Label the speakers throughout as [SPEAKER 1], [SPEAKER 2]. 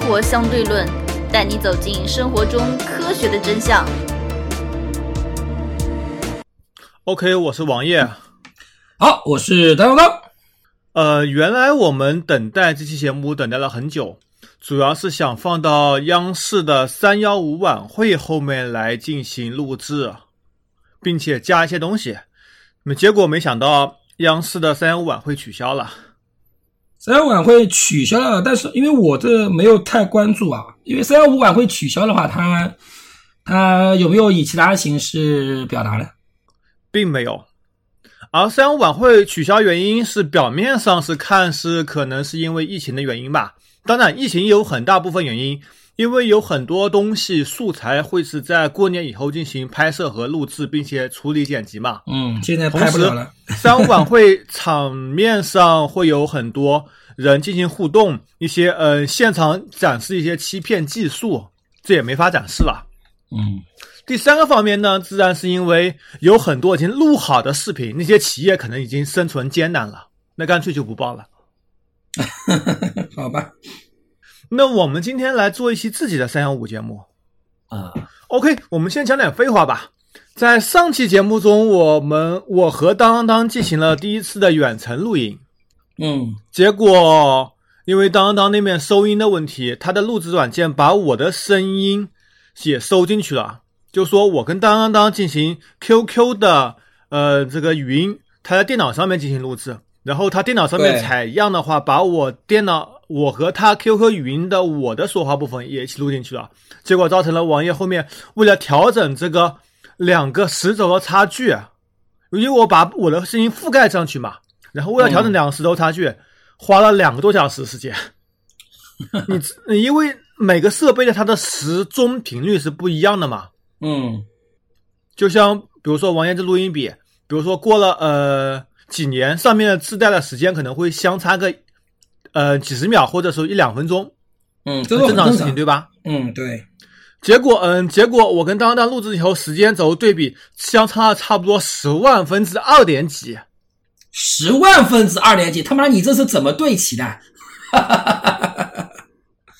[SPEAKER 1] 活相对论》，带你走进生活中科学的真相。
[SPEAKER 2] OK，我是王爷。
[SPEAKER 3] 好，我是谭小刚。
[SPEAKER 2] 呃，原来我们等待这期节目等待了很久，主要是想放到央视的三幺五晚会后面来进行录制，啊并且加一些东西。那么结果没想到央视的三幺五晚会取消了。
[SPEAKER 3] 三幺五晚会取消了，但是因为我这没有太关注啊，因为三幺五晚会取消的话，它它有没有以其他形式表达呢？
[SPEAKER 2] 并没有。而三幺五晚会取消原因是表面上是看是可能是因为疫情的原因吧，当然疫情也有很大部分原因，因为有很多东西素材会是在过年以后进行拍摄和录制，并且处理剪辑嘛。
[SPEAKER 3] 嗯，现在拍不了了。
[SPEAKER 2] 三五晚会场面上会有很多人进行互动，一些呃现场展示一些欺骗技术，这也没法展示了。
[SPEAKER 3] 嗯，
[SPEAKER 2] 第三个方面呢，自然是因为有很多已经录好的视频，那些企业可能已经生存艰难了，那干脆就不报了。
[SPEAKER 3] 好吧。
[SPEAKER 2] 那我们今天来做一期自己的三幺五节目。呃
[SPEAKER 3] 啊，
[SPEAKER 2] OK，我们先讲点废话吧。在上期节目中，我们我和当当进行了第一次的远程录音，
[SPEAKER 3] 嗯，
[SPEAKER 2] 结果因为当当那边收音的问题，它的录制软件把我的声音也收进去了，就说我跟当当进行 QQ 的呃这个语音，它在电脑上面进行录制，然后它电脑上面
[SPEAKER 3] 对
[SPEAKER 2] 采样的话，把我电脑我和它 QQ 语音的我的说话部分也一起录进去了，结果造成了王爷后面为了调整这个两个时轴的差距，啊因为我把我的声音覆盖上去嘛，然后为了调整两个时轴差距，花了两个多小时时间。你知你因为每个设备的它的时钟频率是不一样的嘛，
[SPEAKER 3] 嗯，
[SPEAKER 2] 就像比如说王源这录音笔，比如说过了呃几年，上面自带的时间可能会相差个呃几十秒，或者说一两分钟，
[SPEAKER 3] 嗯，这
[SPEAKER 2] 很正
[SPEAKER 3] 都很
[SPEAKER 2] 常的事
[SPEAKER 3] 正
[SPEAKER 2] 情，
[SPEAKER 3] 常。
[SPEAKER 2] 对吧？
[SPEAKER 3] 嗯，对，
[SPEAKER 2] 结果，嗯，结果我跟当当录制以后，时间轴对比相差了差不多十万分之二点几，
[SPEAKER 3] 十万分之二点几，他妈你这是怎么对齐的？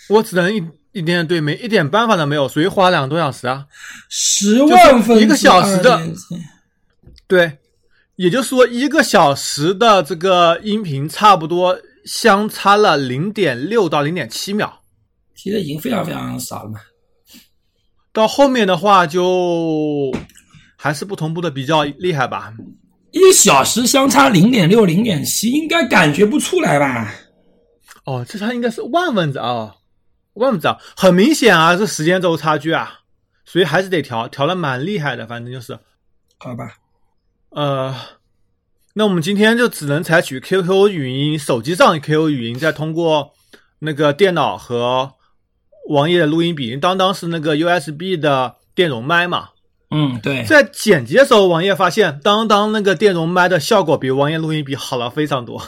[SPEAKER 2] 我只能一一点点对，没一点办法都没有，所以花两个多小时啊。
[SPEAKER 3] 十万分之
[SPEAKER 2] 一个小时的
[SPEAKER 3] 2.7，
[SPEAKER 2] 对，也就是说一个小时的这个音频差不多相差了零点六到零点七秒。
[SPEAKER 3] 其实已经非常非常少了嘛。
[SPEAKER 2] 到后面的话就还是不同步的比较厉害吧。
[SPEAKER 3] 一小时相差零点六、零点七，应该感觉不出来吧？
[SPEAKER 2] 哦，这它应该是万分之二，万分之二，很明显啊，是时间轴差距啊，所以还是得调，调的蛮厉害的，反正就是，
[SPEAKER 3] 好吧，
[SPEAKER 2] 呃，那我们今天就只能采取 QQ 语音，手机上 QQ 语音，再通过那个电脑和网页的录音笔，当当是那个 USB 的电容麦嘛，
[SPEAKER 3] 嗯，对，
[SPEAKER 2] 在剪辑的时候，王爷发现当当那个电容麦的效果比王爷录音笔好了非常多，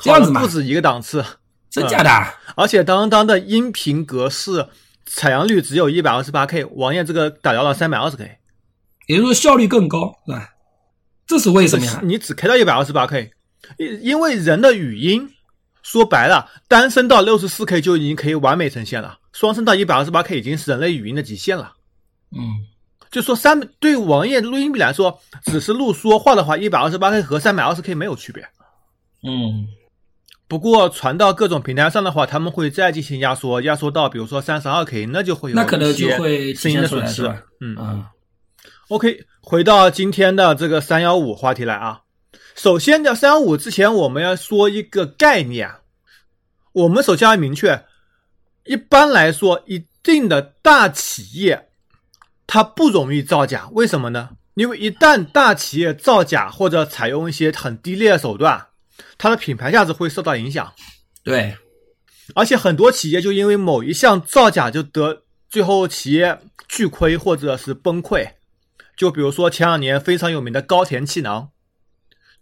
[SPEAKER 3] 这样子
[SPEAKER 2] 好
[SPEAKER 3] 嘛
[SPEAKER 2] 了不止一个档次。
[SPEAKER 3] 真假的啊？
[SPEAKER 2] 而且当当的音频格式采样率只有一百二十八 K，王爷这个打掉了三百二十 K，
[SPEAKER 3] 也就是说效率更高，是吧？这是为什么呀？
[SPEAKER 2] 你只开到一百二十八 K，因因为人的语音说白了，单声到六十四 K 就已经可以完美呈现了，双声到一百二十八 K 已经是人类语音的极限了。
[SPEAKER 3] 嗯，
[SPEAKER 2] 就说三对王爷录音笔来说，只是录说话的话，一百二十八 K 和三百二十 K 没有区别。
[SPEAKER 3] 嗯，
[SPEAKER 2] 不过传到各种平台上的话，他们会再进行压缩，压缩到比如说三十二 K，那就会有
[SPEAKER 3] 那可能
[SPEAKER 2] 一些
[SPEAKER 3] 就会
[SPEAKER 2] 声
[SPEAKER 3] 体
[SPEAKER 2] 音的
[SPEAKER 3] 现出来
[SPEAKER 2] 损
[SPEAKER 3] 是
[SPEAKER 2] 失
[SPEAKER 3] 吧。？
[SPEAKER 2] 嗯
[SPEAKER 3] 啊，
[SPEAKER 2] OK，回到今天的这个三幺五话题来啊。首先，在三幺五之前，我们要说一个概念啊。我们首先要明确，一般来说，一定的大企业它不容易造假，为什么呢？因为一旦大企业造假或者采用一些很低劣的手段，它的品牌价值会受到影响，
[SPEAKER 3] 对，
[SPEAKER 2] 而且很多企业就因为某一项造假就得最后企业巨亏或者是崩溃。就比如说前两年非常有名的高田气囊，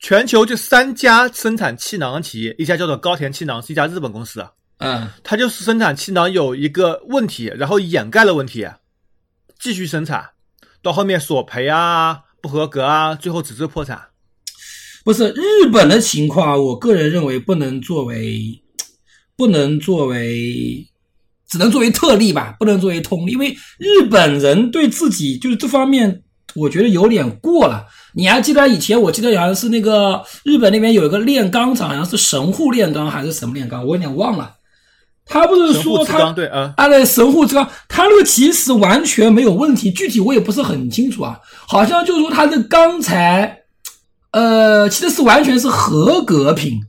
[SPEAKER 2] 全球就三家生产气囊的企业，一家叫做高田气囊，是一家日本公司，啊
[SPEAKER 3] 嗯，
[SPEAKER 2] 它就是生产气囊有一个问题，然后掩盖了问题，啊继续生产，到后面索赔啊、不合格啊，最后直至破产。
[SPEAKER 3] 不是日本的情况，我个人认为不能作为不能作为只能作为特例吧，不能作为通例，因为日本人对自己就是这方面，我觉得有点过了。你还记得以前？我记得好像是那个日本那边有一个炼钢厂，好像是神户炼钢还是什么炼钢，我有点忘了。他不是
[SPEAKER 2] 神户
[SPEAKER 3] 说
[SPEAKER 2] 之
[SPEAKER 3] 他
[SPEAKER 2] 钢对啊，
[SPEAKER 3] 啊，对，神户之钢，他那个其实完全没有问题，具体我也不是很清楚啊，好像就是说他的钢材，呃，其实是完全是合格品，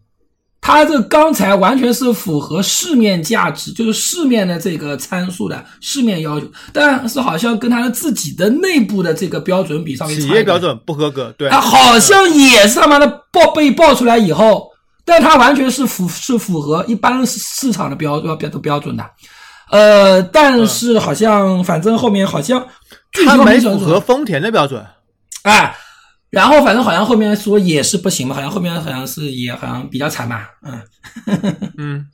[SPEAKER 3] 它这钢材完全是符合市面价值，就是市面的这个参数的市面要求，但是好像跟它的自己的内部的这个标准比稍微差一
[SPEAKER 2] 企
[SPEAKER 3] 点
[SPEAKER 2] 业标准不合格，对，
[SPEAKER 3] 啊，好像也是他妈的爆被爆出来以后，但它完全是符是符合一般市市场的标标标标准的，呃，但是好像反正后面好像具体
[SPEAKER 2] 它
[SPEAKER 3] 后
[SPEAKER 2] 没
[SPEAKER 3] 面怎
[SPEAKER 2] 符
[SPEAKER 3] 么
[SPEAKER 2] 合丰田的标准。
[SPEAKER 3] 哎，然后反正好像后面说也是不行嘛，好像后面好像是也好像比较惨吧，嗯，
[SPEAKER 2] 嗯，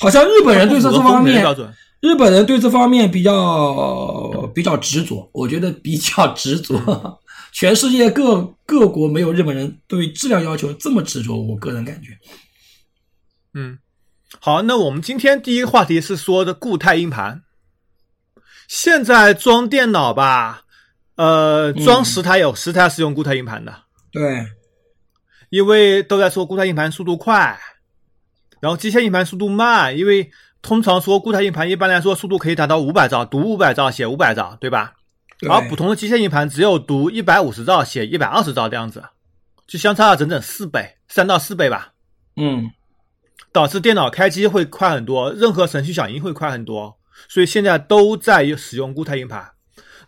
[SPEAKER 3] 好像日本人对这
[SPEAKER 2] 它不符合
[SPEAKER 3] 方
[SPEAKER 2] 丰田的
[SPEAKER 3] 面
[SPEAKER 2] 标准，
[SPEAKER 3] 日本人对这方面比较比较执着，我觉得比较执着。 全世界各各国没有日本人对质量要求这么执着，我个人感觉。
[SPEAKER 2] 嗯，好，那我们今天第一个话题是说的固态硬盘。现在装电脑吧，呃，装
[SPEAKER 3] 嗯
[SPEAKER 2] 十台有十台是用固态硬盘的，
[SPEAKER 3] 对，
[SPEAKER 2] 因为都在说固态硬盘速度快，然后机械硬盘速度慢，因为通常说固态硬盘一般来说速度可以达到五百兆，读五百兆，写五百兆，对吧？
[SPEAKER 3] 对
[SPEAKER 2] 而普通的机械硬盘只有读一百五十兆，写一百二十兆的样子，就相差了整整四倍，三到四倍吧，
[SPEAKER 3] 嗯
[SPEAKER 2] 导致电脑开机会快很多，任何程序响应会快很多，所以现在都在使用固态硬盘。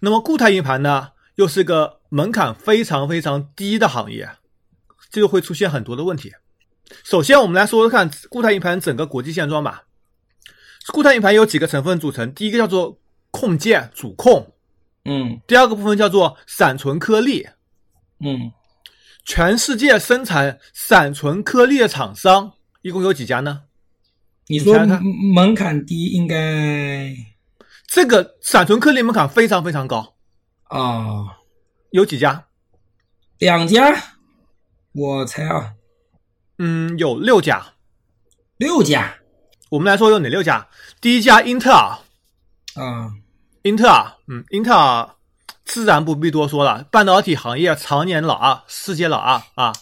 [SPEAKER 2] 那么固态硬盘呢，又是个门槛非常非常低的行业，这就会出现很多的问题。首先，我们来说说看固态硬盘整个国际现状吧。固态硬盘有几个成分组成，第一个叫做控件主控，
[SPEAKER 3] 嗯
[SPEAKER 2] 第二个部分叫做闪存颗粒。
[SPEAKER 3] 嗯
[SPEAKER 2] 全世界生产闪存颗粒的厂商一共有几家呢？
[SPEAKER 3] 你说
[SPEAKER 2] 想想看
[SPEAKER 3] 门槛低应该
[SPEAKER 2] 这个闪存颗粒门槛非常非常高，
[SPEAKER 3] 啊、
[SPEAKER 2] 有几家？
[SPEAKER 3] 两家，我猜啊
[SPEAKER 2] 嗯，有六家。
[SPEAKER 3] 六家
[SPEAKER 2] 我们来说有哪六家？第一家英特尔，
[SPEAKER 3] 啊、
[SPEAKER 2] 英特尔，嗯，英特尔自然不必多说了，半导体行业常年老二，世界老二啊。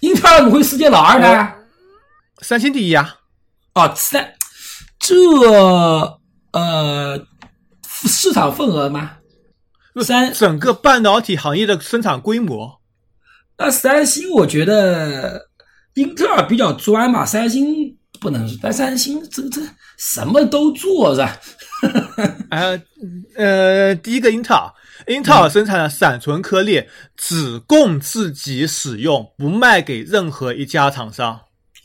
[SPEAKER 3] 英特尔怎么会世界老二呢？
[SPEAKER 2] 三星第一啊呀、
[SPEAKER 3] 哦，三，这呃市场份额吗？
[SPEAKER 2] 不
[SPEAKER 3] 三
[SPEAKER 2] 整个半导体行业的生产规模，
[SPEAKER 3] 那三星，我觉得英特尔比较专吧，三星不能，但三星这这什么都做是吧？
[SPEAKER 2] 呃呃，第一个英特尔，英特尔生产的闪存颗粒只供自己使用，不卖给任何一家厂商。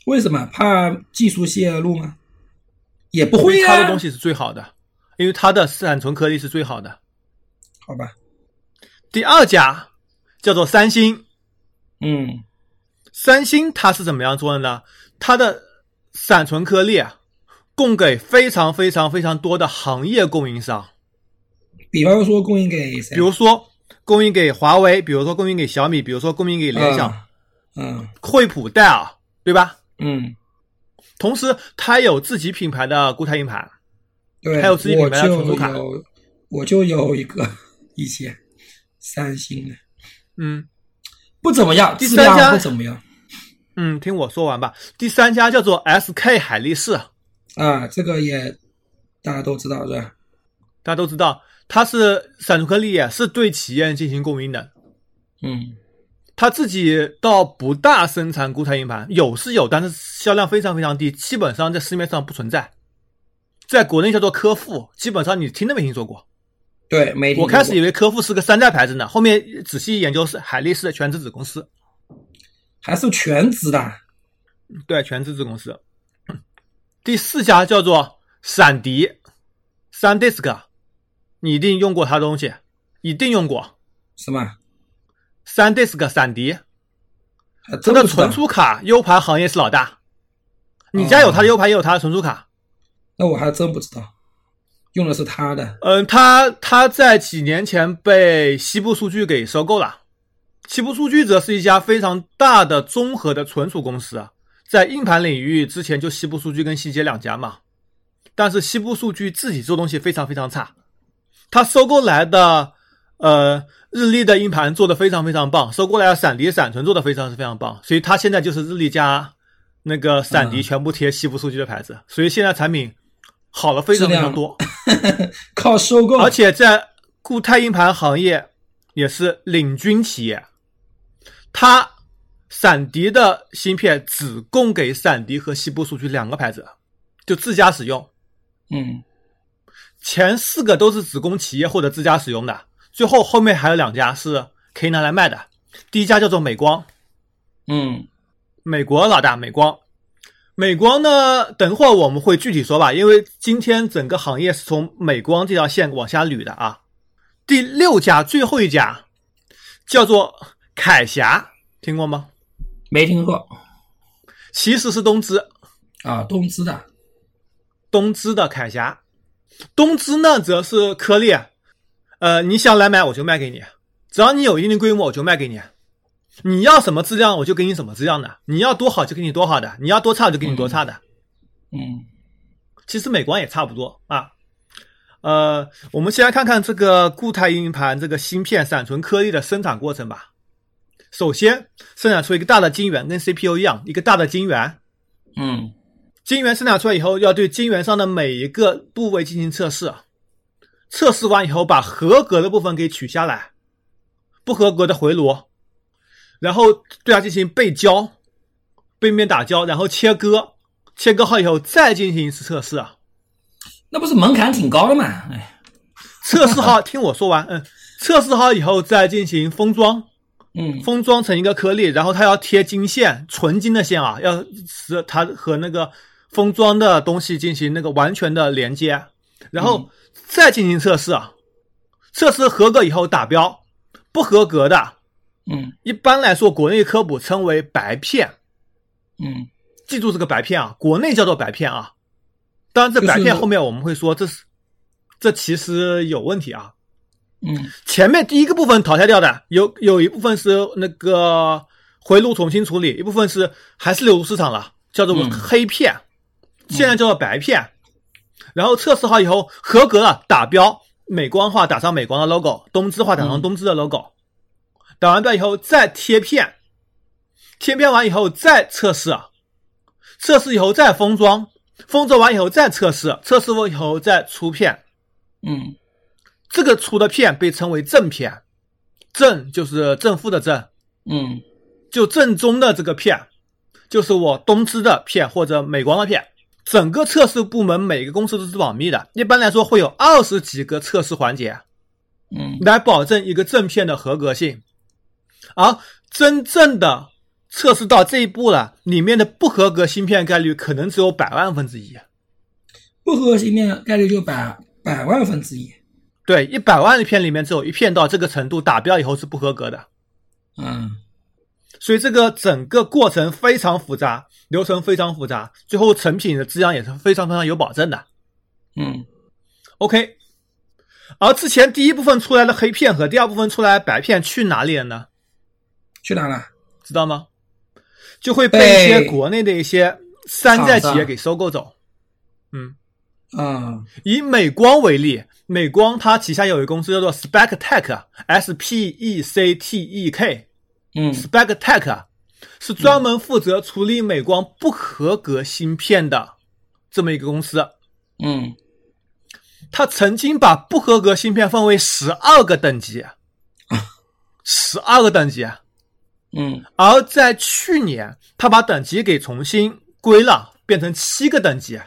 [SPEAKER 3] 为什么？怕技术泄露吗？也不
[SPEAKER 2] 因
[SPEAKER 3] 会
[SPEAKER 2] 为
[SPEAKER 3] 呀、
[SPEAKER 2] 它的东西是最好的，因为它的闪存颗粒是最好的。
[SPEAKER 3] 好吧，
[SPEAKER 2] 第二家叫做三星，
[SPEAKER 3] 嗯
[SPEAKER 2] 三星它是怎么样做的呢？它的闪存颗粒啊，供给非常非常非常多的行业供应商，
[SPEAKER 3] 比方说供应给谁？
[SPEAKER 2] 比如说供应给华为，比如说供应给小米，比如说供应给联想、
[SPEAKER 3] 嗯
[SPEAKER 2] 惠普、戴尔，对吧？
[SPEAKER 3] 嗯，
[SPEAKER 2] 同时，它有自己品牌的固态硬盘，
[SPEAKER 3] 对，
[SPEAKER 2] 还有自己
[SPEAKER 3] 我
[SPEAKER 2] 品牌的存
[SPEAKER 3] 就
[SPEAKER 2] 储卡
[SPEAKER 3] 有我就有一个以前三星的，
[SPEAKER 2] 嗯
[SPEAKER 3] 不怎么样，
[SPEAKER 2] 第
[SPEAKER 3] 质
[SPEAKER 2] 三家
[SPEAKER 3] 量不怎么样
[SPEAKER 2] 嗯，听我说完吧。第三家叫做 SK 海力士，
[SPEAKER 3] 啊，这个也大家都知道是吧？
[SPEAKER 2] 大家都知道，它是闪存颗粒也是对企业进行供应的，
[SPEAKER 3] 嗯。
[SPEAKER 2] 它自己倒不大生产固态硬盘，有是有，但是销量非常非常低，基本上在市面上不存在。在国内叫做科富，基本上你听都没听说过。
[SPEAKER 3] 对，没听
[SPEAKER 2] 我开始
[SPEAKER 3] 说过
[SPEAKER 2] 以为科富是个山寨牌子呢，后面仔细研究是海力士的全资子公司，
[SPEAKER 3] 还是全职的，
[SPEAKER 2] 对，全资子公司。 第四家叫做闪迪，SanDisk，你啊一定用过它的东西，一定用过
[SPEAKER 3] 是吗？
[SPEAKER 2] SanDisk 闪迪。它
[SPEAKER 3] 还真
[SPEAKER 2] 的
[SPEAKER 3] 不知道
[SPEAKER 2] 存储卡 U 盘行业是老大，你家有
[SPEAKER 3] 哦
[SPEAKER 2] 它的 U 盘，也有它的存储卡。
[SPEAKER 3] 那我还真不知道，用的是他的，
[SPEAKER 2] 嗯，它它在几年前被西部数据给收购了。西部数据则是一家非常大的综合的存储公司啊，在硬盘领域之前就西部数据跟西捷两家嘛，但是西部数据自己做东西非常非常差，它收购来的呃日立的硬盘做的非常非常棒，收购来的闪迪闪存做的非常非常棒，所以它现在就是日立加那个闪迪
[SPEAKER 3] 嗯
[SPEAKER 2] 全部贴西部数据的牌子，所以现在产品好了非常非
[SPEAKER 3] 质量
[SPEAKER 2] 常多，
[SPEAKER 3] 靠收购，
[SPEAKER 2] 而且在固态硬盘行业也是领军企业，它闪迪的芯片只供给闪迪和西部数据两个牌子，就自家使用。
[SPEAKER 3] 嗯
[SPEAKER 2] 前四个都是只供企业或者自家使用的，最后后面还有两家是可以拿来卖的。第一家叫做美光，
[SPEAKER 3] 嗯
[SPEAKER 2] 美国老大美光。美光呢，等会儿我们会具体说吧，因为今天整个行业是从美光这条线往下捋的啊。第六家最后一家叫做凯霞，听过吗？
[SPEAKER 3] 没听过
[SPEAKER 2] 其实是东芝，
[SPEAKER 3] 啊，东芝的，
[SPEAKER 2] 东芝的凯霞，东芝呢则是颗粒，呃，你想来买我就卖给你，只要你有一定规模我就卖给你，你要什么质量我就给你什么质量的，你要多好就给你多好的，你要多差我就给你多差的。
[SPEAKER 3] 嗯
[SPEAKER 2] 其实美光也差不多啊。呃，我们先来看看这个固态硬盘这个芯片闪存颗粒的生产过程吧。首先，生产出一个大的晶圆，跟 CPU 一样，一个大的晶圆。
[SPEAKER 3] 嗯
[SPEAKER 2] 晶圆生产出来以后，要对晶圆上的每一个部位进行测试。啊测试完以后，把合格的部分给取下来，不合格的回炉，然后对它进行背胶，背面打胶，然后切割。切割好以后，再进行一次测试啊。
[SPEAKER 3] 那不是门槛挺高的嘛？哎，
[SPEAKER 2] 测试好，听我说完，嗯，测试好以后再进行封装，
[SPEAKER 3] 嗯
[SPEAKER 2] 封装成一个颗粒，然后它要贴金线，纯金的线啊，要使它和那个封装的东西进行那个完全的连接，然后再进行测试啊，测试合格以后打标，不合格的，
[SPEAKER 3] 嗯
[SPEAKER 2] 一般来说国内科普称为白片，
[SPEAKER 3] 嗯
[SPEAKER 2] 记住这个白片啊，国内叫做白片啊。当然，这白
[SPEAKER 3] 就是
[SPEAKER 2] 片后面我们会说，这是这其实有问题啊，
[SPEAKER 3] 嗯
[SPEAKER 2] 前面第一个部分淘汰掉的，有有一部分是那个回炉重新处理，一部分是还是流入市场了，叫做
[SPEAKER 3] 嗯
[SPEAKER 2] 黑片，现在叫做白片。然后测试好以后合格了，打标，美光化打上美光的 logo，东芝化打上
[SPEAKER 3] 嗯
[SPEAKER 2] 东芝的 logo。打完标以后再贴片，贴片完以后再测试，啊，测试以后再封装，封装完以后再测试，测试完以后再出片。
[SPEAKER 3] 嗯
[SPEAKER 2] 这个出的片被称为正片，正就是正负的正，
[SPEAKER 3] 嗯
[SPEAKER 2] 就正宗的这个片，就是我东芝的片或者美光的片。整个测试部门每个公司都是保密的，一般来说会有二十几个测试环节
[SPEAKER 3] 嗯
[SPEAKER 2] 来保证一个正片的合格性。而真正的测试到这一步了，里面的不合格芯片概率可能只有百万分之一。
[SPEAKER 3] 不合芯片概率就百百万分之一。
[SPEAKER 2] 对，一百万片里面只有一片到这个程度打标以后是不合格的。
[SPEAKER 3] 嗯
[SPEAKER 2] 所以这个整个过程非常复杂，流程非常复杂，最后成品的质量也是非常非常有保证的。
[SPEAKER 3] 嗯
[SPEAKER 2] OK，而之前第一部分出来的黑片和第二部分出来的白片去哪里了呢？
[SPEAKER 3] 去哪了？
[SPEAKER 2] 知道吗？就会被一些
[SPEAKER 3] 被
[SPEAKER 2] 国内的一些山寨企
[SPEAKER 3] 厂
[SPEAKER 2] 业
[SPEAKER 3] 商
[SPEAKER 2] 给收购走。嗯，
[SPEAKER 3] 啊、
[SPEAKER 2] 以美光为例，美光它旗下有一个公司叫做 Spectec，S P E C T E K，
[SPEAKER 3] 嗯
[SPEAKER 2] Spectec 是专门负责处理美光不合格芯片的这么一个公司。
[SPEAKER 3] 嗯
[SPEAKER 2] 它曾经把不合格芯片分为十二个等级，十二个等级。啊
[SPEAKER 3] 嗯
[SPEAKER 2] 而在去年，它把等级给重新归了，变成七个等级。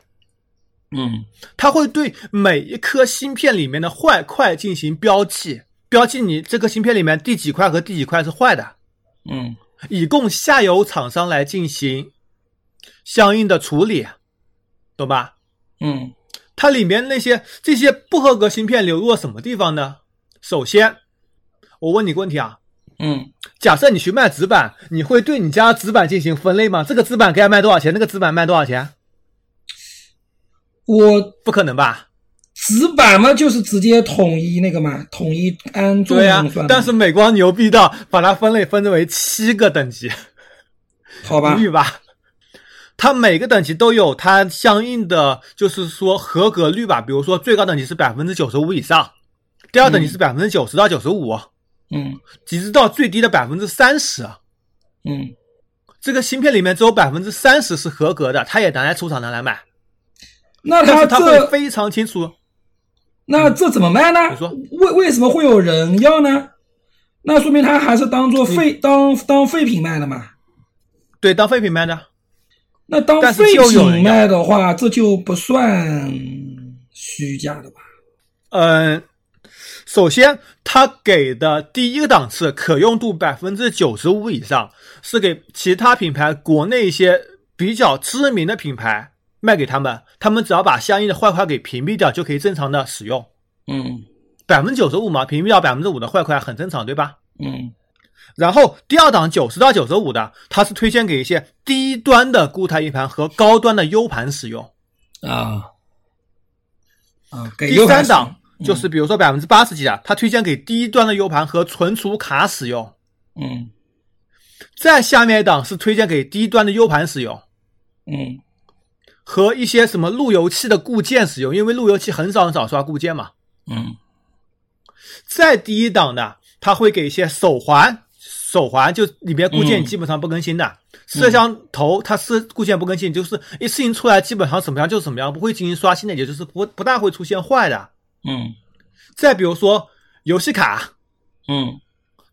[SPEAKER 3] 嗯
[SPEAKER 2] 它会对每一颗芯片里面的坏块进行标记，标记你这个芯片里面第几块和第几块是坏的。
[SPEAKER 3] 嗯
[SPEAKER 2] 以供下游厂商来进行相应的处理，啊懂吧？
[SPEAKER 3] 嗯
[SPEAKER 2] 它里面那些这些不合格芯片流入了什么地方呢？首先，我问你个问题啊，
[SPEAKER 3] 嗯
[SPEAKER 2] 假设你去卖纸板，你会对你家纸板进行分类吗？这个纸板该卖多少钱？那个纸板卖多少钱？
[SPEAKER 3] 我
[SPEAKER 2] 不可能吧？
[SPEAKER 3] 纸板嘛，就是直接统一那个嘛，统一安装
[SPEAKER 2] 对呀、
[SPEAKER 3] 算了
[SPEAKER 2] 但是美光牛逼到把它分类分为七个等级，
[SPEAKER 3] 好吧
[SPEAKER 2] 无，语吧？它每个等级都有它相应的，就是说合格率吧。比如说最高等级是百分之九十五以上，第二等级是百分之九十到九十五，
[SPEAKER 3] 嗯
[SPEAKER 2] 极致到最低的百分之三十。
[SPEAKER 3] 嗯，
[SPEAKER 2] 这个芯片里面只有百分之三十是合格的，它也拿来出厂拿来买，
[SPEAKER 3] 那
[SPEAKER 2] 但
[SPEAKER 3] 他
[SPEAKER 2] 是它会
[SPEAKER 3] 这
[SPEAKER 2] 非常清楚。
[SPEAKER 3] 那这怎么卖呢
[SPEAKER 2] 你说？
[SPEAKER 3] 为为什么会有人要呢？那说明他还是当做废当当废品卖的嘛。
[SPEAKER 2] 对，当废品卖的，
[SPEAKER 3] 那当
[SPEAKER 2] 但是
[SPEAKER 3] 废
[SPEAKER 2] 就有人
[SPEAKER 3] 品
[SPEAKER 2] 要
[SPEAKER 3] 卖的话，这就不算虚假的吧？
[SPEAKER 2] 嗯，首先它给的第一个档次可用度百分之九十五以上，是给其他品牌国内一些比较知名的品牌卖给他们，他们只要把相应的坏块给屏蔽掉，就可以正常的使用。
[SPEAKER 3] 嗯
[SPEAKER 2] 百分之九十五嘛，屏蔽掉百分之五的坏块很正常，对吧？
[SPEAKER 3] 嗯
[SPEAKER 2] 然后第二档九十到九十五的，它是推荐给一些低端的固态硬盘和高端的 U 盘使用。
[SPEAKER 3] 啊啊，给
[SPEAKER 2] 第
[SPEAKER 3] 六
[SPEAKER 2] 三
[SPEAKER 3] 块
[SPEAKER 2] 档
[SPEAKER 3] 钱
[SPEAKER 2] 就是比如说百分之八十几的，它推荐给低端的 U 盘和存储卡使用。
[SPEAKER 3] 嗯
[SPEAKER 2] 再下面一档是推荐给低端的 U 盘使用
[SPEAKER 3] 嗯
[SPEAKER 2] 和一些什么路由器的固件使用，因为路由器很少很少刷固件嘛。
[SPEAKER 3] 嗯
[SPEAKER 2] 再低一档的，它会给一些手环，手环就里边固件
[SPEAKER 3] 嗯
[SPEAKER 2] 基本上不更新的，摄像头它是固件不更新，就是一次性出来基本上什么样就是什么样，不会进行刷新的，也就是不不大会出现坏的。
[SPEAKER 3] 嗯
[SPEAKER 2] 再比如说游戏卡。
[SPEAKER 3] 嗯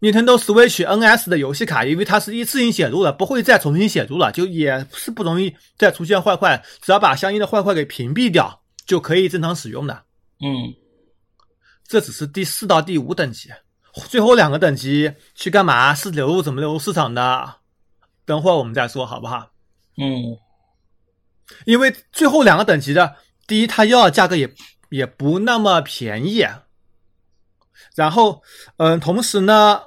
[SPEAKER 2] Nintendo Switch NS 的游戏卡，因为它是一次性写入的，不会再重新写入了，就也是不容易再出现坏块，只要把相应的坏块给屏蔽掉，就可以正常使用的。
[SPEAKER 3] 嗯
[SPEAKER 2] 这只是第四到第五等级，最后两个等级去干嘛？是流入怎么流入市场的？等会儿我们再说好不好？
[SPEAKER 3] 嗯
[SPEAKER 2] 因为最后两个等级的，第一它要的价格也也不那么便宜，然后嗯，同时呢，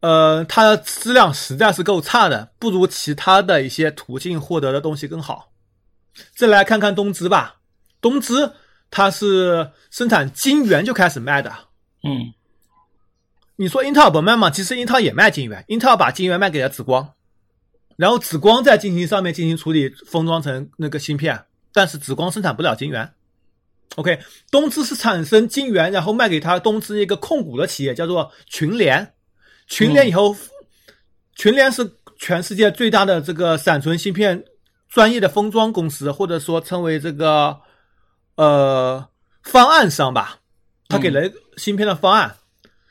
[SPEAKER 2] 呃，它的质量实在是够差的，不如其他的一些途径获得的东西更好。再来看看东芝吧，东芝它是生产晶圆就开始卖的。
[SPEAKER 3] 嗯
[SPEAKER 2] 你说英特尔不卖吗？其实英特尔也卖晶圆，英特尔把晶圆卖给了紫光，然后紫光在进行上面进行处理，封装成那个芯片，但是紫光生产不了晶圆。OK，东芝是产生晶圆，然后卖给他东芝一个控股的企业，叫做群联。群联以后，群联是全世界最大的这个闪存芯片专业的封装公司，或者说称为这个呃方案商吧。他给了芯片的方案，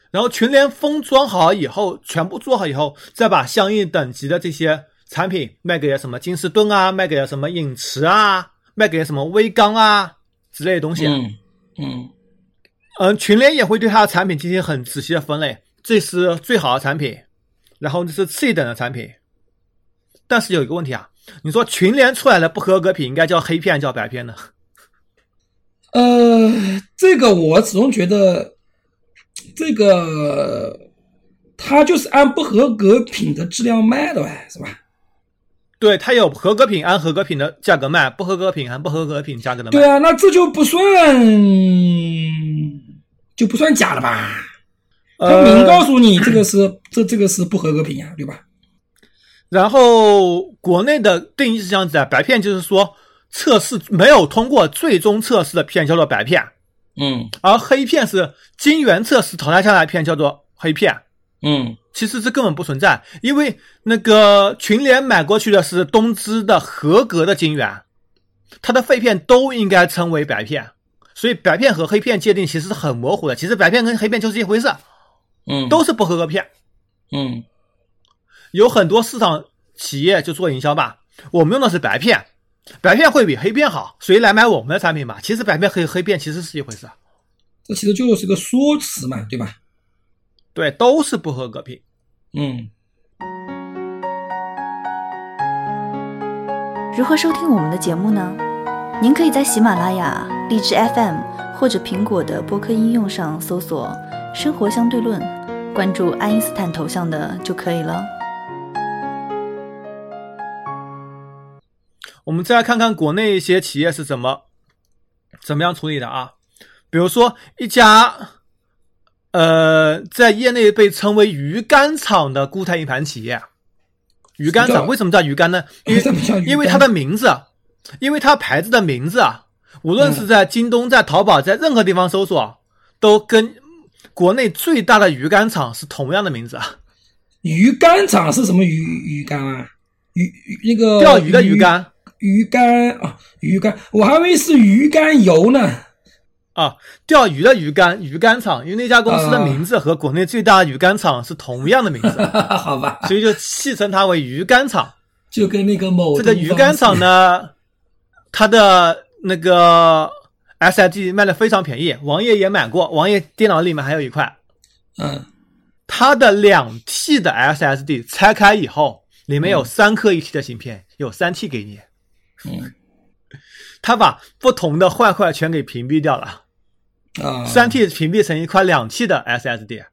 [SPEAKER 2] 然后群联封装好以后，全部做好以后，再把相应等级的这些产品卖给了什么金士顿啊，卖给了什么影驰啊，卖给了什么微刚啊之类的东西。
[SPEAKER 3] 嗯嗯
[SPEAKER 2] 嗯，群联也会对它的产品进行很仔细的分类，这是最好的产品，然后这是次一等的产品。但是有一个问题啊，你说群联出来的不合格品应该叫黑片叫白片呢？
[SPEAKER 3] 呃，这个我始终觉得，这个他就是按不合格品的质量卖的呗，是吧？
[SPEAKER 2] 对，它有合格品按合格品的价格卖，不合格品按不合格品价格的卖。
[SPEAKER 3] 对啊，那这就不算，就不算假了吧？他
[SPEAKER 2] 呃
[SPEAKER 3] 明告诉你这个是这这个是不合格品啊呀、对吧？
[SPEAKER 2] 然后国内的定义是这样子的，白片就是说测试没有通过最终测试的片叫做白片，
[SPEAKER 3] 嗯
[SPEAKER 2] 而黑片是晶圆测试淘汰下来的片叫做黑片。
[SPEAKER 3] 嗯
[SPEAKER 2] 其实这根本不存在，因为那个群联买过去的是东芝的合格的晶圆，它的废片都应该称为白片，所以白片和黑片界定其实是很模糊的。其实白片跟黑片就是一回事，
[SPEAKER 3] 嗯
[SPEAKER 2] 都是不合格片。
[SPEAKER 3] 嗯
[SPEAKER 2] 有很多市场企业就做营销吧，我们用的是白片，白片会比黑片好，谁来买我们的产品吧？其实白片和黑片其实是一回事，
[SPEAKER 3] 这其实就是个说辞嘛，对吧？
[SPEAKER 2] 对，都是不合格品。
[SPEAKER 3] 嗯
[SPEAKER 1] 如何收听我们的节目呢？您可以在喜马拉雅、荔枝 FM 或者苹果的播客应用上搜索“生活相对论”，关注爱因斯坦头像的就可以了。
[SPEAKER 2] 我们再来看看国内一些企业是怎么怎么样处理的啊，比如说一家呃在业内被称为“鱼竿厂”的固态硬盘企业，鱼竿
[SPEAKER 3] 什么
[SPEAKER 2] 厂
[SPEAKER 3] 叫
[SPEAKER 2] 为什么叫鱼竿呢？因
[SPEAKER 3] 这
[SPEAKER 2] 为
[SPEAKER 3] 不叫鱼竿
[SPEAKER 2] 因为它的名字，啊因为它牌子的名字啊，无论是在京东、在淘宝、在任何地方搜索，都跟国内最大的鱼竿厂是同样的名字啊。
[SPEAKER 3] 鱼竿厂是什么鱼鱼竿啊？鱼鱼那个
[SPEAKER 2] 钓鱼的鱼竿
[SPEAKER 3] 鱼竿啊，鱼竿，我还以为是鱼竿油呢。
[SPEAKER 2] 啊，钓鱼的鱼竿鱼竿厂，因为那家公司的
[SPEAKER 3] 啊
[SPEAKER 2] 名字和国内最大的鱼竿厂是同样的名 字，
[SPEAKER 3] 好吧，
[SPEAKER 2] 所以就戏称它为鱼竿厂。
[SPEAKER 3] 就跟那个某
[SPEAKER 2] 这个
[SPEAKER 3] 东
[SPEAKER 2] 鱼
[SPEAKER 3] 方
[SPEAKER 2] 竿厂呢，它的那个 SID 卖的非常便宜，王爷也买过，王爷电脑里面还有一块，
[SPEAKER 3] 是，嗯，
[SPEAKER 2] 它的两 T 的 SSD 拆开以后，里面有三颗一 T 的芯片，有三 T 给你。
[SPEAKER 3] 嗯，
[SPEAKER 2] 它把不同的坏坏全给屏蔽掉了，
[SPEAKER 3] 啊，
[SPEAKER 2] 三 T 屏蔽成一块两 T 的 SSD。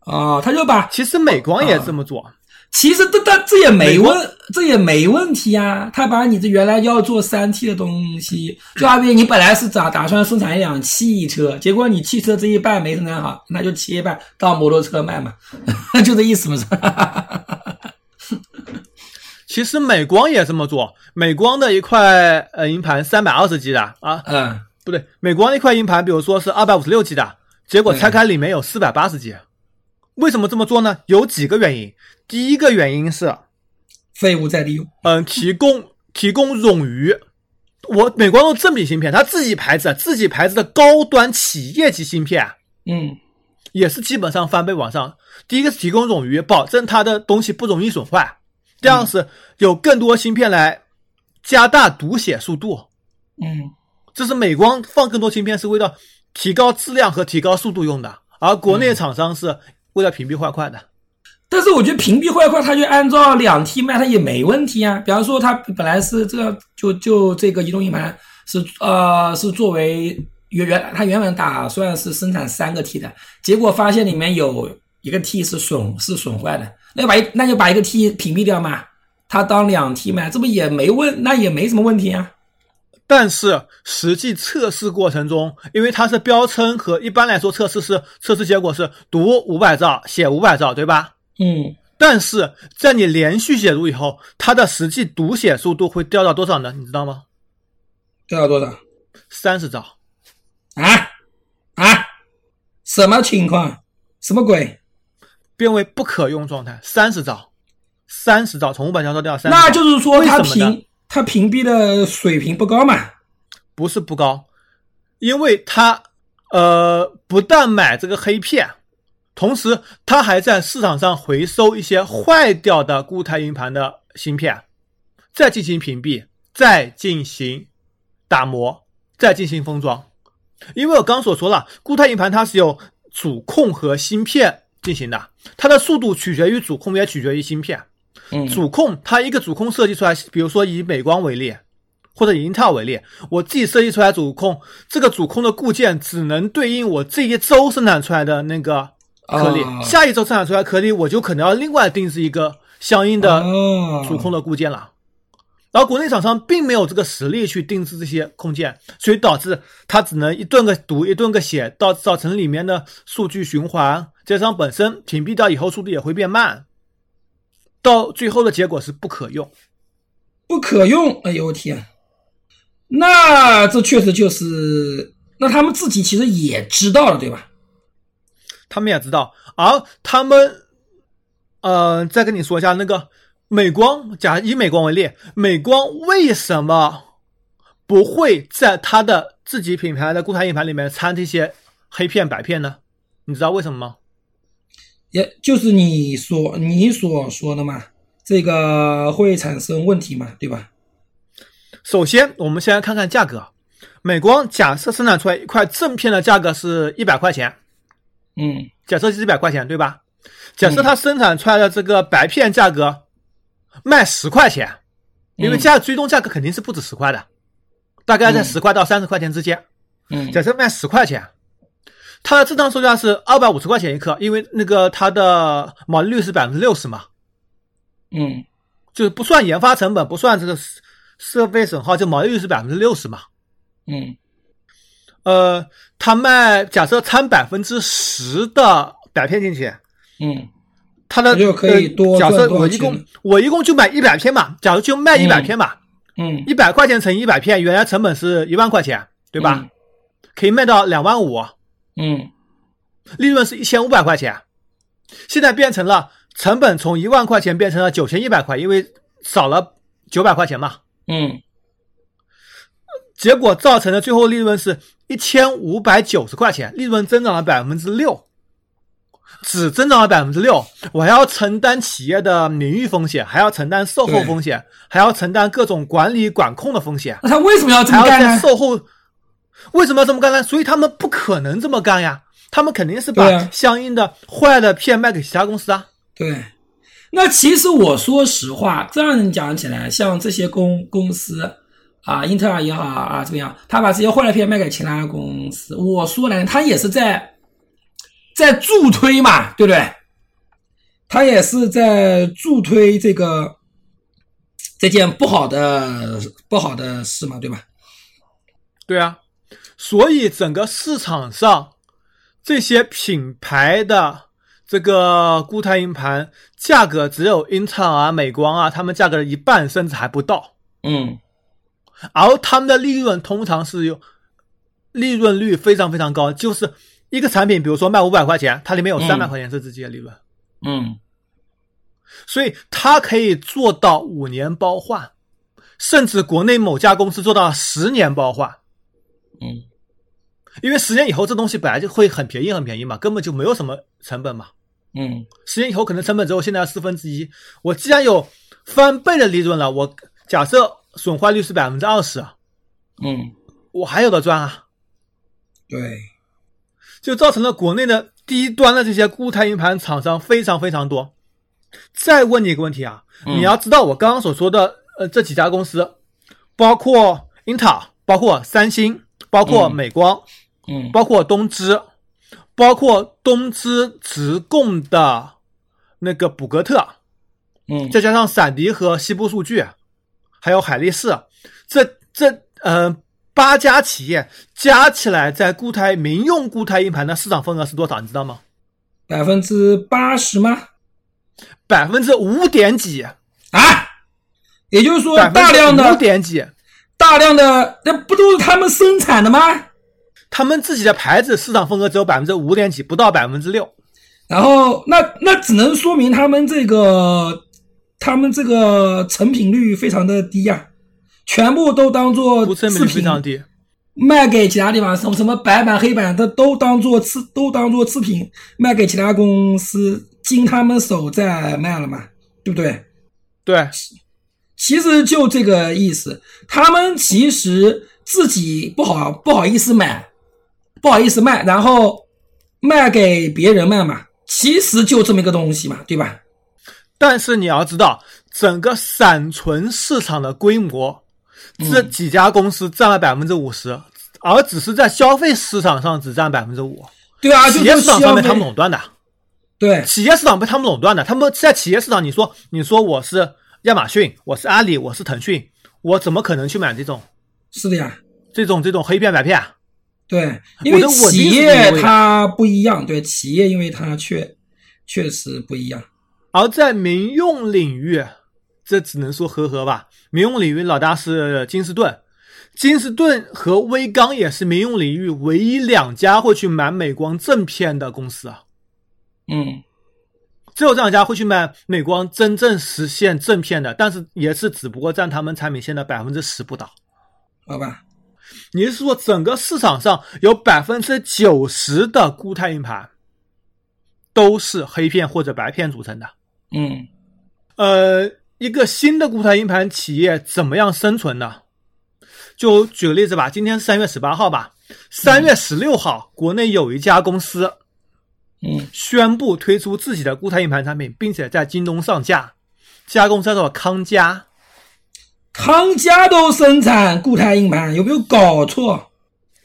[SPEAKER 3] 啊，他就把，
[SPEAKER 2] 其实美光也这么做，
[SPEAKER 3] 其实这这这也
[SPEAKER 2] 美
[SPEAKER 3] 没
[SPEAKER 2] 国
[SPEAKER 3] 问，这也没问题啊。他把你这原来要做三 T 的东西，就好比你本来是打打算生产一辆汽车，结果你汽车这一半没生产好，那就切一半当摩托车卖嘛， 就这意思嘛是吧？
[SPEAKER 2] 其实美光也这么做。美光的一块呃硬盘三百二十 G 的啊，
[SPEAKER 3] 嗯，
[SPEAKER 2] 不对，美光那块硬盘，比如说是二百五十六 G 的，结果拆开里面有四百八十 G。为什么这么做呢？有几个原因。第一个原因是，
[SPEAKER 3] 废物再利用，
[SPEAKER 2] 嗯，提供提供冗余。我美光用正品芯片，它自己牌子，啊自己牌子的高端企业级芯片啊
[SPEAKER 3] 嗯
[SPEAKER 2] 也是基本上翻倍往上。第一个是提供冗余，保证它的东西不容易损坏；第二是有更多芯片来加大读写速度，
[SPEAKER 3] 嗯
[SPEAKER 2] 这是美光放更多芯片是为了提高质量和提高速度用的，而国内厂商是为了屏蔽坏坏的。
[SPEAKER 3] 但是我觉得屏蔽坏坏，它就按照两 T 卖，它也没问题啊。比方说，它本来是这个，就就这个移动硬盘是呃是作为原原它原本打算是生产三个 T 的，结果发现里面有一个 T 是损是损坏的，那就把一那就把一个 T 屏蔽掉嘛，它当两 T 卖，这不也没问，那也没什么问题啊。
[SPEAKER 2] 但是实际测试过程中，因为它是标称和一般来说测试是测试结果是读五百兆写五百兆，对吧？
[SPEAKER 3] 嗯，
[SPEAKER 2] 但是在你连续写入以后，它的实际读写速度会掉到多少呢？你知道吗？
[SPEAKER 3] 掉到多少
[SPEAKER 2] 三十兆。
[SPEAKER 3] 啊啊？什么情况？什么鬼？
[SPEAKER 2] 变为不可用状态，三十兆，三十兆，从五百兆到掉三十兆，
[SPEAKER 3] 那就是说它
[SPEAKER 2] 为什么呢
[SPEAKER 3] 屏它屏蔽的水平不高嘛。
[SPEAKER 2] 不是不高，因为它呃不但买这个黑片，同时它还在市场上回收一些坏掉的固态硬盘的芯片，再进行屏蔽，再进行打磨，再进行封装。因为我刚所说了，固态硬盘它是由主控和芯片进行的，它的速度取决于主控，也取决于芯片。
[SPEAKER 3] 嗯
[SPEAKER 2] 主控，它一个主控设计出来，比如说以美光为例，或者以英特尔为例，我自己设计出来主控，这个主控的固件只能对应我这一周生产出来的那个颗粒，
[SPEAKER 3] 哦
[SPEAKER 2] 下一周生产出来的颗粒，我就可能要另外定制一个相应的
[SPEAKER 3] 哦
[SPEAKER 2] 主控的固件了。然后国内厂商并没有这个实力去定制这些控件，所以导致它只能一顿个读，一顿个写，到造成里面的数据循环，加上本身屏蔽掉以后速度也会变慢，到最后的结果是不可用。
[SPEAKER 3] 不可用。哎呦我天，那这确实就是，那他们自己其实也知道了，对吧？
[SPEAKER 2] 他们也知道，而他们，呃，再跟你说一下那个美光，假以美光为例，美光为什么不会在它的自己品牌的固态硬盘里面掺这些黑片白片呢？你知道为什么吗？
[SPEAKER 3] 也就是你所你所说的嘛，这个会产生问题嘛，对吧？
[SPEAKER 2] 首先，我们先来看看价格。美光假设生产出来一块正片的价格是一百块钱，
[SPEAKER 3] 嗯
[SPEAKER 2] 假设是一百块钱，对吧？假设它生产出来的这个白片价格卖十块钱，因为价最终价格肯定是不止十块的，大概在
[SPEAKER 3] 嗯
[SPEAKER 2] 十块到三十块钱之间。
[SPEAKER 3] 嗯
[SPEAKER 2] 假设卖十块钱，它的正常售价是二百五十块钱一克，因为那个它的毛利率是百分之六十嘛，
[SPEAKER 3] 嗯
[SPEAKER 2] 就是不算研发成本，不算这个设备损耗，就毛利率是百分之六十嘛。
[SPEAKER 3] 嗯
[SPEAKER 2] 呃，它卖假设掺百分之十的白片进去，
[SPEAKER 3] 嗯
[SPEAKER 2] 它的
[SPEAKER 3] 那就可以
[SPEAKER 2] 呃
[SPEAKER 3] 多
[SPEAKER 2] 假
[SPEAKER 3] 赚
[SPEAKER 2] 设
[SPEAKER 3] 多少
[SPEAKER 2] 我一
[SPEAKER 3] 钱
[SPEAKER 2] 共我一共就买一百片嘛，假如就卖一百片嘛，
[SPEAKER 3] 嗯，
[SPEAKER 2] 一百、块钱乘以一百片，原来成本是一万块钱，对吧？可以卖到两万五，
[SPEAKER 3] 嗯？嗯，
[SPEAKER 2] 利润是一千五百块钱。现在变成了成本从一万块钱变成了九千一百块，因为少了九百块钱嘛。
[SPEAKER 3] 嗯，
[SPEAKER 2] 结果造成的最后利润是一千五百九十块钱，利润增长了百分之六，只增长了百分之六，我还要承担企业的名誉风险，还要承担售后风险，还要承担各种管理管控的风险，
[SPEAKER 3] 那他为什么要这
[SPEAKER 2] 还
[SPEAKER 3] 么
[SPEAKER 2] 要
[SPEAKER 3] 干啊
[SPEAKER 2] 在
[SPEAKER 3] 呢？
[SPEAKER 2] 售后为什么要这么干呢？所以他们不可能这么干呀，他们肯定是
[SPEAKER 3] 对
[SPEAKER 2] 把
[SPEAKER 3] 啊
[SPEAKER 2] 相应的坏的片卖给其他公司啊。
[SPEAKER 3] 对，那其实我说实话，这样讲起来，像这些公公司啊，英特尔也好啊，怎么样，他把这些坏的片卖给其他公司，我说来，他也是在在助推嘛，对不对？他也是在助推这个这件不好的不好的事嘛，对吧？
[SPEAKER 2] 对啊，所以整个市场上这些品牌的这个固态硬盘价格只有英特尔啊、美光啊，他们价格的一半甚至还不到，
[SPEAKER 3] 嗯，
[SPEAKER 2] 而他们的利润通常是有利润率非常非常高，就是一个产品，比如说卖五百块钱，它里面有
[SPEAKER 3] 嗯
[SPEAKER 2] 三百块钱是自己的利润，
[SPEAKER 3] 嗯，
[SPEAKER 2] 所以它可以做到五年包换，甚至国内某家公司做到十年包换。
[SPEAKER 3] 嗯，
[SPEAKER 2] 因为十年以后这东西本来就会很便宜很便宜嘛，根本就没有什么成本嘛。
[SPEAKER 3] 嗯，
[SPEAKER 2] 十年以后可能成本只有现在的四分之一。我既然有翻倍的利润了，我假设损坏率是百分之二十，啊
[SPEAKER 3] 嗯，
[SPEAKER 2] 我还有的赚啊，
[SPEAKER 3] 对，
[SPEAKER 2] 就造成了国内的低端的这些固态硬盘厂商非常非常多。再问你一个问题啊，
[SPEAKER 3] 嗯
[SPEAKER 2] 你要知道我刚刚所说的呃这几家公司，包括英特尔，包括三星，包括
[SPEAKER 3] 嗯
[SPEAKER 2] 美光，
[SPEAKER 3] 嗯，
[SPEAKER 2] 包括东芝，包括东芝直供的那个补格特，
[SPEAKER 3] 嗯，
[SPEAKER 2] 再加上闪迪和西部数据，啊还有海力士，啊这这呃八家企业加起来在固态民用固态硬盘的市场份额是多少？你知道吗？
[SPEAKER 3] 百分之八十吗？
[SPEAKER 2] 百分之五点几，
[SPEAKER 3] 啊，也就是说
[SPEAKER 2] 百分
[SPEAKER 3] 大量
[SPEAKER 2] 之五
[SPEAKER 3] 的
[SPEAKER 2] 点几，
[SPEAKER 3] 大量的，那不都是他们生产的吗？
[SPEAKER 2] 他们自己的牌子市场份额只有百分之五点几，不到百分之六。
[SPEAKER 3] 然后那那只能说明他们这个他们这个成品率非常的低呀、全部都当做
[SPEAKER 2] 不成
[SPEAKER 3] 次
[SPEAKER 2] 本率非
[SPEAKER 3] 品
[SPEAKER 2] 常低，
[SPEAKER 3] 卖给其他地方，什么什么白板黑板的都当做次都当做次品卖给其他公司，经他们手再卖了嘛，对不对？
[SPEAKER 2] 对，
[SPEAKER 3] 其实就这个意思，他们其实自己不好不好意思买，不好意思卖，然后卖给别人卖嘛，其实就这么一个东西嘛，对吧？
[SPEAKER 2] 但是你要知道，整个闪存市场的规模，这
[SPEAKER 3] 嗯
[SPEAKER 2] 几家公司占了百分之五十，而只是在消费市场上只占百分之五。
[SPEAKER 3] 对啊，就
[SPEAKER 2] 企业
[SPEAKER 3] 是
[SPEAKER 2] 市场
[SPEAKER 3] 消
[SPEAKER 2] 上
[SPEAKER 3] 费
[SPEAKER 2] 被他们垄断的，
[SPEAKER 3] 对，
[SPEAKER 2] 企业市场被他们垄断的。他们在企业市场，你说你说我是亚马逊，我是阿里，我是腾讯，我怎么可能去买这种
[SPEAKER 3] 是的呀，
[SPEAKER 2] 这种这种黑片白片？啊
[SPEAKER 3] 对，因
[SPEAKER 2] 我
[SPEAKER 3] 为
[SPEAKER 2] 的稳
[SPEAKER 3] 企
[SPEAKER 2] 定是
[SPEAKER 3] 业
[SPEAKER 2] 第一位的
[SPEAKER 3] 它不一样，对企业，因为它确确实不一样，
[SPEAKER 2] 而在民用领域，这只能说和和吧。民用领域老大是金士顿，金士顿和威刚也是民用领域唯一两家会去买美光正片的公司啊。
[SPEAKER 3] 嗯
[SPEAKER 2] 只有这两家会去买美光真正实现正片的，但是也是只不过占他们产品线的百分之十不到。
[SPEAKER 3] 好吧，
[SPEAKER 2] 你是说整个市场上有百分之九十的固态硬盘都是黑片或者白片组成的？
[SPEAKER 3] 嗯
[SPEAKER 2] 呃，一个新的固态硬盘企业怎么样生存呢？就举个例子吧，今天是三月十八号吧，三月十六号，国内有一家公司
[SPEAKER 3] 嗯
[SPEAKER 2] 宣布推出自己的固态硬盘产品，并且在京东上架，这家公司叫做康佳。
[SPEAKER 3] 康佳都生产固态硬盘，有没有搞错？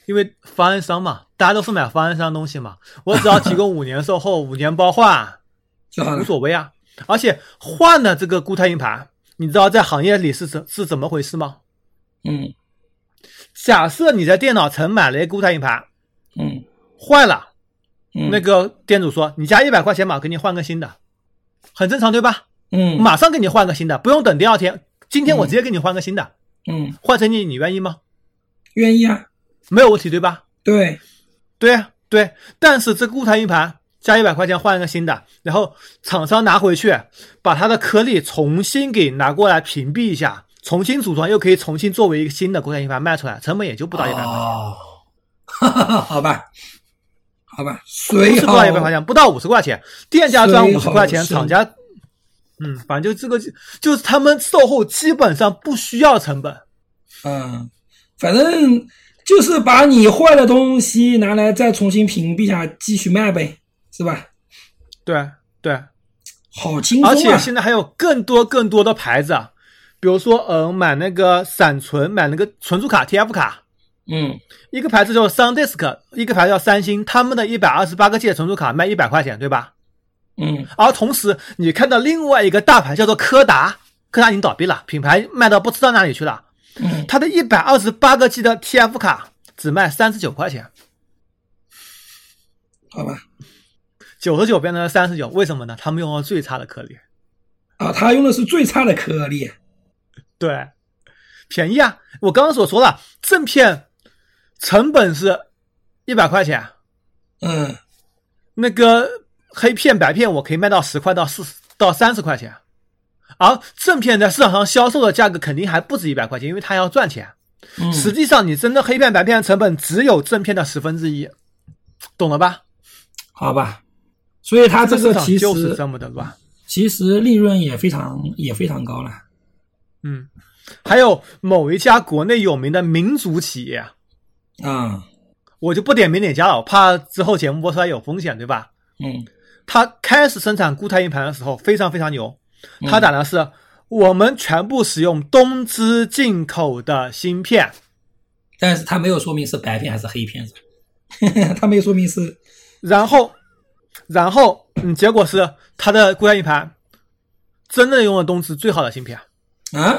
[SPEAKER 2] 因为方案商嘛，大家都是买方案商东西嘛，我只要提供五年售后、五年包换，
[SPEAKER 3] 就好
[SPEAKER 2] 无
[SPEAKER 3] 了，
[SPEAKER 2] 所谓啊。而且换了这个固态硬盘，你知道在行业里是怎是怎么回事吗？
[SPEAKER 3] 嗯
[SPEAKER 2] 假设你在电脑城买了一个固态硬盘，
[SPEAKER 3] 嗯
[SPEAKER 2] 坏了，
[SPEAKER 3] 嗯，
[SPEAKER 2] 那个店主说你加一百块钱吧，给你换个新的。很正常对吧？
[SPEAKER 3] 嗯
[SPEAKER 2] 马上给你换个新的，不用等第二天，今天我直接给你换个新的，
[SPEAKER 3] 嗯，
[SPEAKER 2] 换成你，你愿意吗？
[SPEAKER 3] 愿意啊，
[SPEAKER 2] 没有问题对吧？
[SPEAKER 3] 对，
[SPEAKER 2] 对呀，对，但是这固态硬盘加一百块钱换一个新的，然后厂商拿回去，把它的颗粒重新给拿过来屏蔽一下，重新组装，又可以重新作为一个新的固态硬盘卖出来，成本也就不到一百块钱，
[SPEAKER 3] 哦，好吧，好吧，随
[SPEAKER 2] 不是不
[SPEAKER 3] 好
[SPEAKER 2] 到一百块钱，不到五十块钱，店家赚
[SPEAKER 3] 所以
[SPEAKER 2] 五十块钱，
[SPEAKER 3] 好是
[SPEAKER 2] 厂家，嗯，反正就这个就是他们售后基本上不需要成本，
[SPEAKER 3] 嗯，反正就是把你坏的东西拿来再重新屏蔽一下，继续卖呗，是吧？
[SPEAKER 2] 对对。
[SPEAKER 3] 好轻
[SPEAKER 2] 而
[SPEAKER 3] 松
[SPEAKER 2] 且
[SPEAKER 3] 啊！
[SPEAKER 2] 现在还有更多更多的牌子啊，比如说，嗯，买那个闪存，买那个存储卡 TF 卡，
[SPEAKER 3] 嗯，
[SPEAKER 2] 一个牌子叫 SanDisk，一个牌子叫三星，他们的一百二十八个 G 的存储卡卖一百块钱，对吧？
[SPEAKER 3] 嗯，
[SPEAKER 2] 而同时，你看到另外一个大牌叫做柯达，柯达已经倒闭了，品牌卖到不知道哪里去了，
[SPEAKER 3] 嗯，
[SPEAKER 2] 它的一百二十八个 G 的 TF 卡只卖三十九块钱，
[SPEAKER 3] 好吧。
[SPEAKER 2] 九十九变成了三十九，为什么呢？他们用了最差的颗粒，
[SPEAKER 3] 啊，他用的是最差的啊颗粒。
[SPEAKER 2] 对，便宜啊！我刚刚所说了，正片成本是一百块钱，
[SPEAKER 3] 嗯，
[SPEAKER 2] 那个黑片白片我可以卖到十块到四到三十块钱，啊而正片在市场上销售的价格肯定还不止一百块钱，因为它要赚钱。啊
[SPEAKER 3] 嗯
[SPEAKER 2] 实际上，你真的黑片白片的成本只有正片的十分之一，懂了吧？
[SPEAKER 3] 好吧。所以他这
[SPEAKER 2] 市
[SPEAKER 3] 个
[SPEAKER 2] 场
[SPEAKER 3] 其
[SPEAKER 2] 就是
[SPEAKER 3] 实
[SPEAKER 2] 这么的乱。
[SPEAKER 3] 其实利润也非常也非常高了。
[SPEAKER 2] 嗯，还有某一家国内有名的民族企业，
[SPEAKER 3] 啊，
[SPEAKER 2] 我就不点名哪家了，我怕之后节目播出来有风险，对吧？
[SPEAKER 3] 嗯
[SPEAKER 2] 他开始生产固态硬盘的时候非常非常牛，
[SPEAKER 3] 嗯
[SPEAKER 2] 他打的是、我们全部使用东芝进口的芯片，
[SPEAKER 3] 但是他没有说明是白片还是黑片，是吧 他没有说明是
[SPEAKER 2] 然后，然后嗯，结果是他的固态硬盘真的用了东芝最好的芯片
[SPEAKER 3] 啊，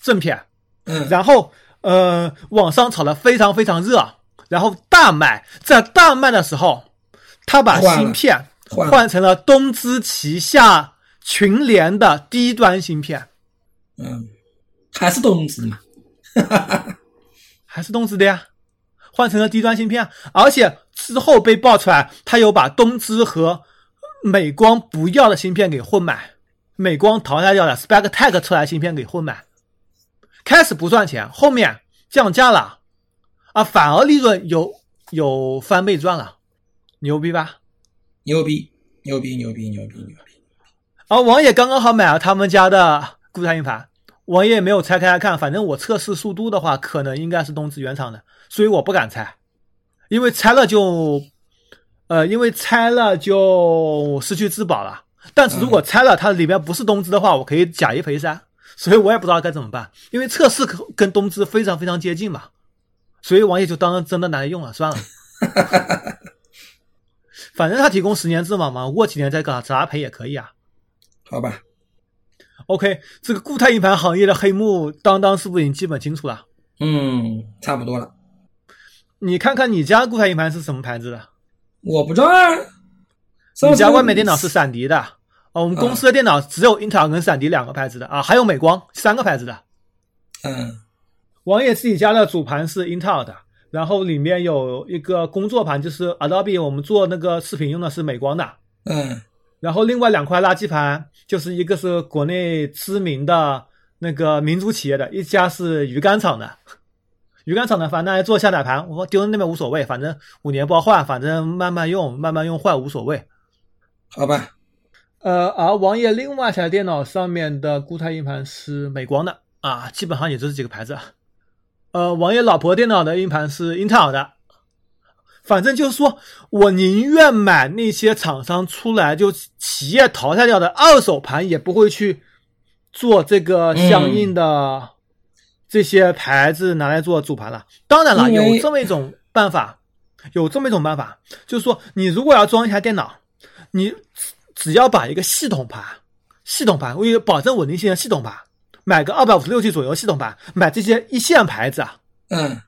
[SPEAKER 2] 正片，
[SPEAKER 3] 嗯
[SPEAKER 2] 然后呃，网上炒得非常非常热，然后大卖，在大卖的时候，他把
[SPEAKER 3] 换了
[SPEAKER 2] 芯片
[SPEAKER 3] 换了
[SPEAKER 2] 换成了东芝旗下群联的低端芯片。
[SPEAKER 3] 嗯，还是东芝嘛，
[SPEAKER 2] 还是东芝的呀，换成了低端芯片，啊而且之后被爆出来，他有把东芝和美光不要的芯片给混买，美光淘汰掉的 Spectec 出来的芯片给混买，开始不赚钱，后面降价了，啊，反而利润有有翻倍赚了，牛逼吧？
[SPEAKER 3] 牛逼牛逼牛逼牛逼牛逼，
[SPEAKER 2] 而啊王爷刚刚好买了他们家的固态硬盘，王爷没有拆开来看，反正我测试速度的话，可能应该是东芝原厂的，所以我不敢拆，因为拆了就，呃，因为拆了就失去质保了。但是如果拆了它里面不是东芝的话，我可以假一赔三，所以我也不知道该怎么办，因为测试可跟东芝非常非常接近嘛，所以王爷就当真的拿来用了，算了。反正他提供十年质保嘛，过几年再给他赔也可以啊。
[SPEAKER 3] 好吧，
[SPEAKER 2] OK，这个固态硬盘行业的黑幕，当当是不是已经基本清楚了？
[SPEAKER 3] 嗯，差不多了，
[SPEAKER 2] 你看看你家固态硬盘是什么牌子的？
[SPEAKER 3] 我不知道啊，上
[SPEAKER 2] 你
[SPEAKER 3] 次嗯
[SPEAKER 2] 家外面电脑是闪迪的，哦，我们公司的电脑只有英特尔跟闪迪两个牌子的啊，还有美光三个牌子的。
[SPEAKER 3] 嗯
[SPEAKER 2] 王爷自己家的主盘是英特尔的，然后里面有一个工作盘，就是 Adobe 我们做那个视频用的是美光的，
[SPEAKER 3] 嗯
[SPEAKER 2] 然后另外两块垃圾盘，就是一个是国内知名的那个民族企业的，一家是鱼竿厂的。 鱼竿厂的，反正还做下载盘，我丢在那边无所谓，反正五年不要换，反正慢慢用，慢慢用坏无所谓。
[SPEAKER 3] 好吧，
[SPEAKER 2] 呃，而王爷另外一台电脑上面的固态硬盘是美光的啊，基本上也就这几个牌子。啊呃，王爷老婆电脑的硬盘是英特尔的，反正就是说我宁愿买那些厂商出来就企业淘汰掉的二手盘，也不会去做这个相应的这些牌子拿来做主盘了。当然了，
[SPEAKER 3] 因为
[SPEAKER 2] 有这么一种办法，有这么一种办法，就是说你如果要装一台电脑，你只只要把一个系统盘，系统盘为了保证稳定性的系统盘，买个二百五十六 G 左右系统盘，买这些一线牌子啊，
[SPEAKER 3] 嗯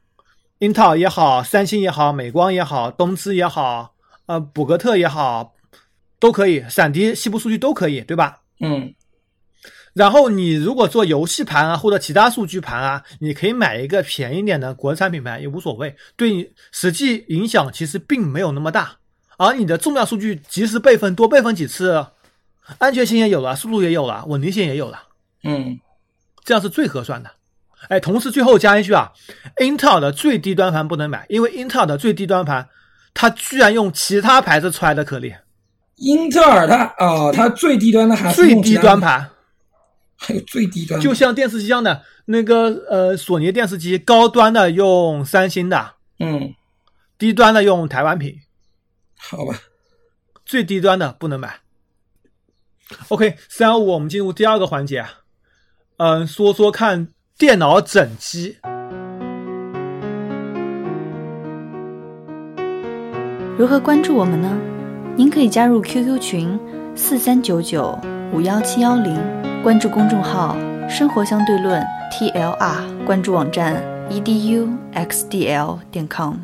[SPEAKER 2] 英特尔也好，三星也好，美光也好，东芝也好，呃，补格特也好，都可以，闪迪、西部数据都可以，对吧？
[SPEAKER 3] 嗯，
[SPEAKER 2] 然后你如果做游戏盘啊，或者其他数据盘啊，你可以买一个便宜点的国产品牌也无所谓，对你实际影响其实并没有那么大。而你的重要数据及时备份，多备份几次，安全性也有了，速度也有了，稳定性也有了，
[SPEAKER 3] 嗯，
[SPEAKER 2] 这样是最合算的。哎，同时最后加一句啊，英特尔的最低端盘不能买，因为英特尔的最低端盘，它居然用其他牌子出来的颗粒，
[SPEAKER 3] 英特尔它啊、它最低端的还是
[SPEAKER 2] 最
[SPEAKER 3] 啊用
[SPEAKER 2] 低
[SPEAKER 3] 其他
[SPEAKER 2] 端，盘。
[SPEAKER 3] 还有最低端的，
[SPEAKER 2] 就像电视机一样的那个呃，索尼电视机高端的用三星的，
[SPEAKER 3] 嗯，
[SPEAKER 2] 低端的用台湾品，
[SPEAKER 3] 好吧，
[SPEAKER 2] 最低端的不能买。OK，三幺五，我们进入第二个环节啊，嗯、说说看电脑整机。
[SPEAKER 1] 如何关注我们呢？您可以加入 QQ 群四三九九五幺七幺零，关注公众号“生活 E 相对论 ”TLR，关注网站 eduxdl 点 com。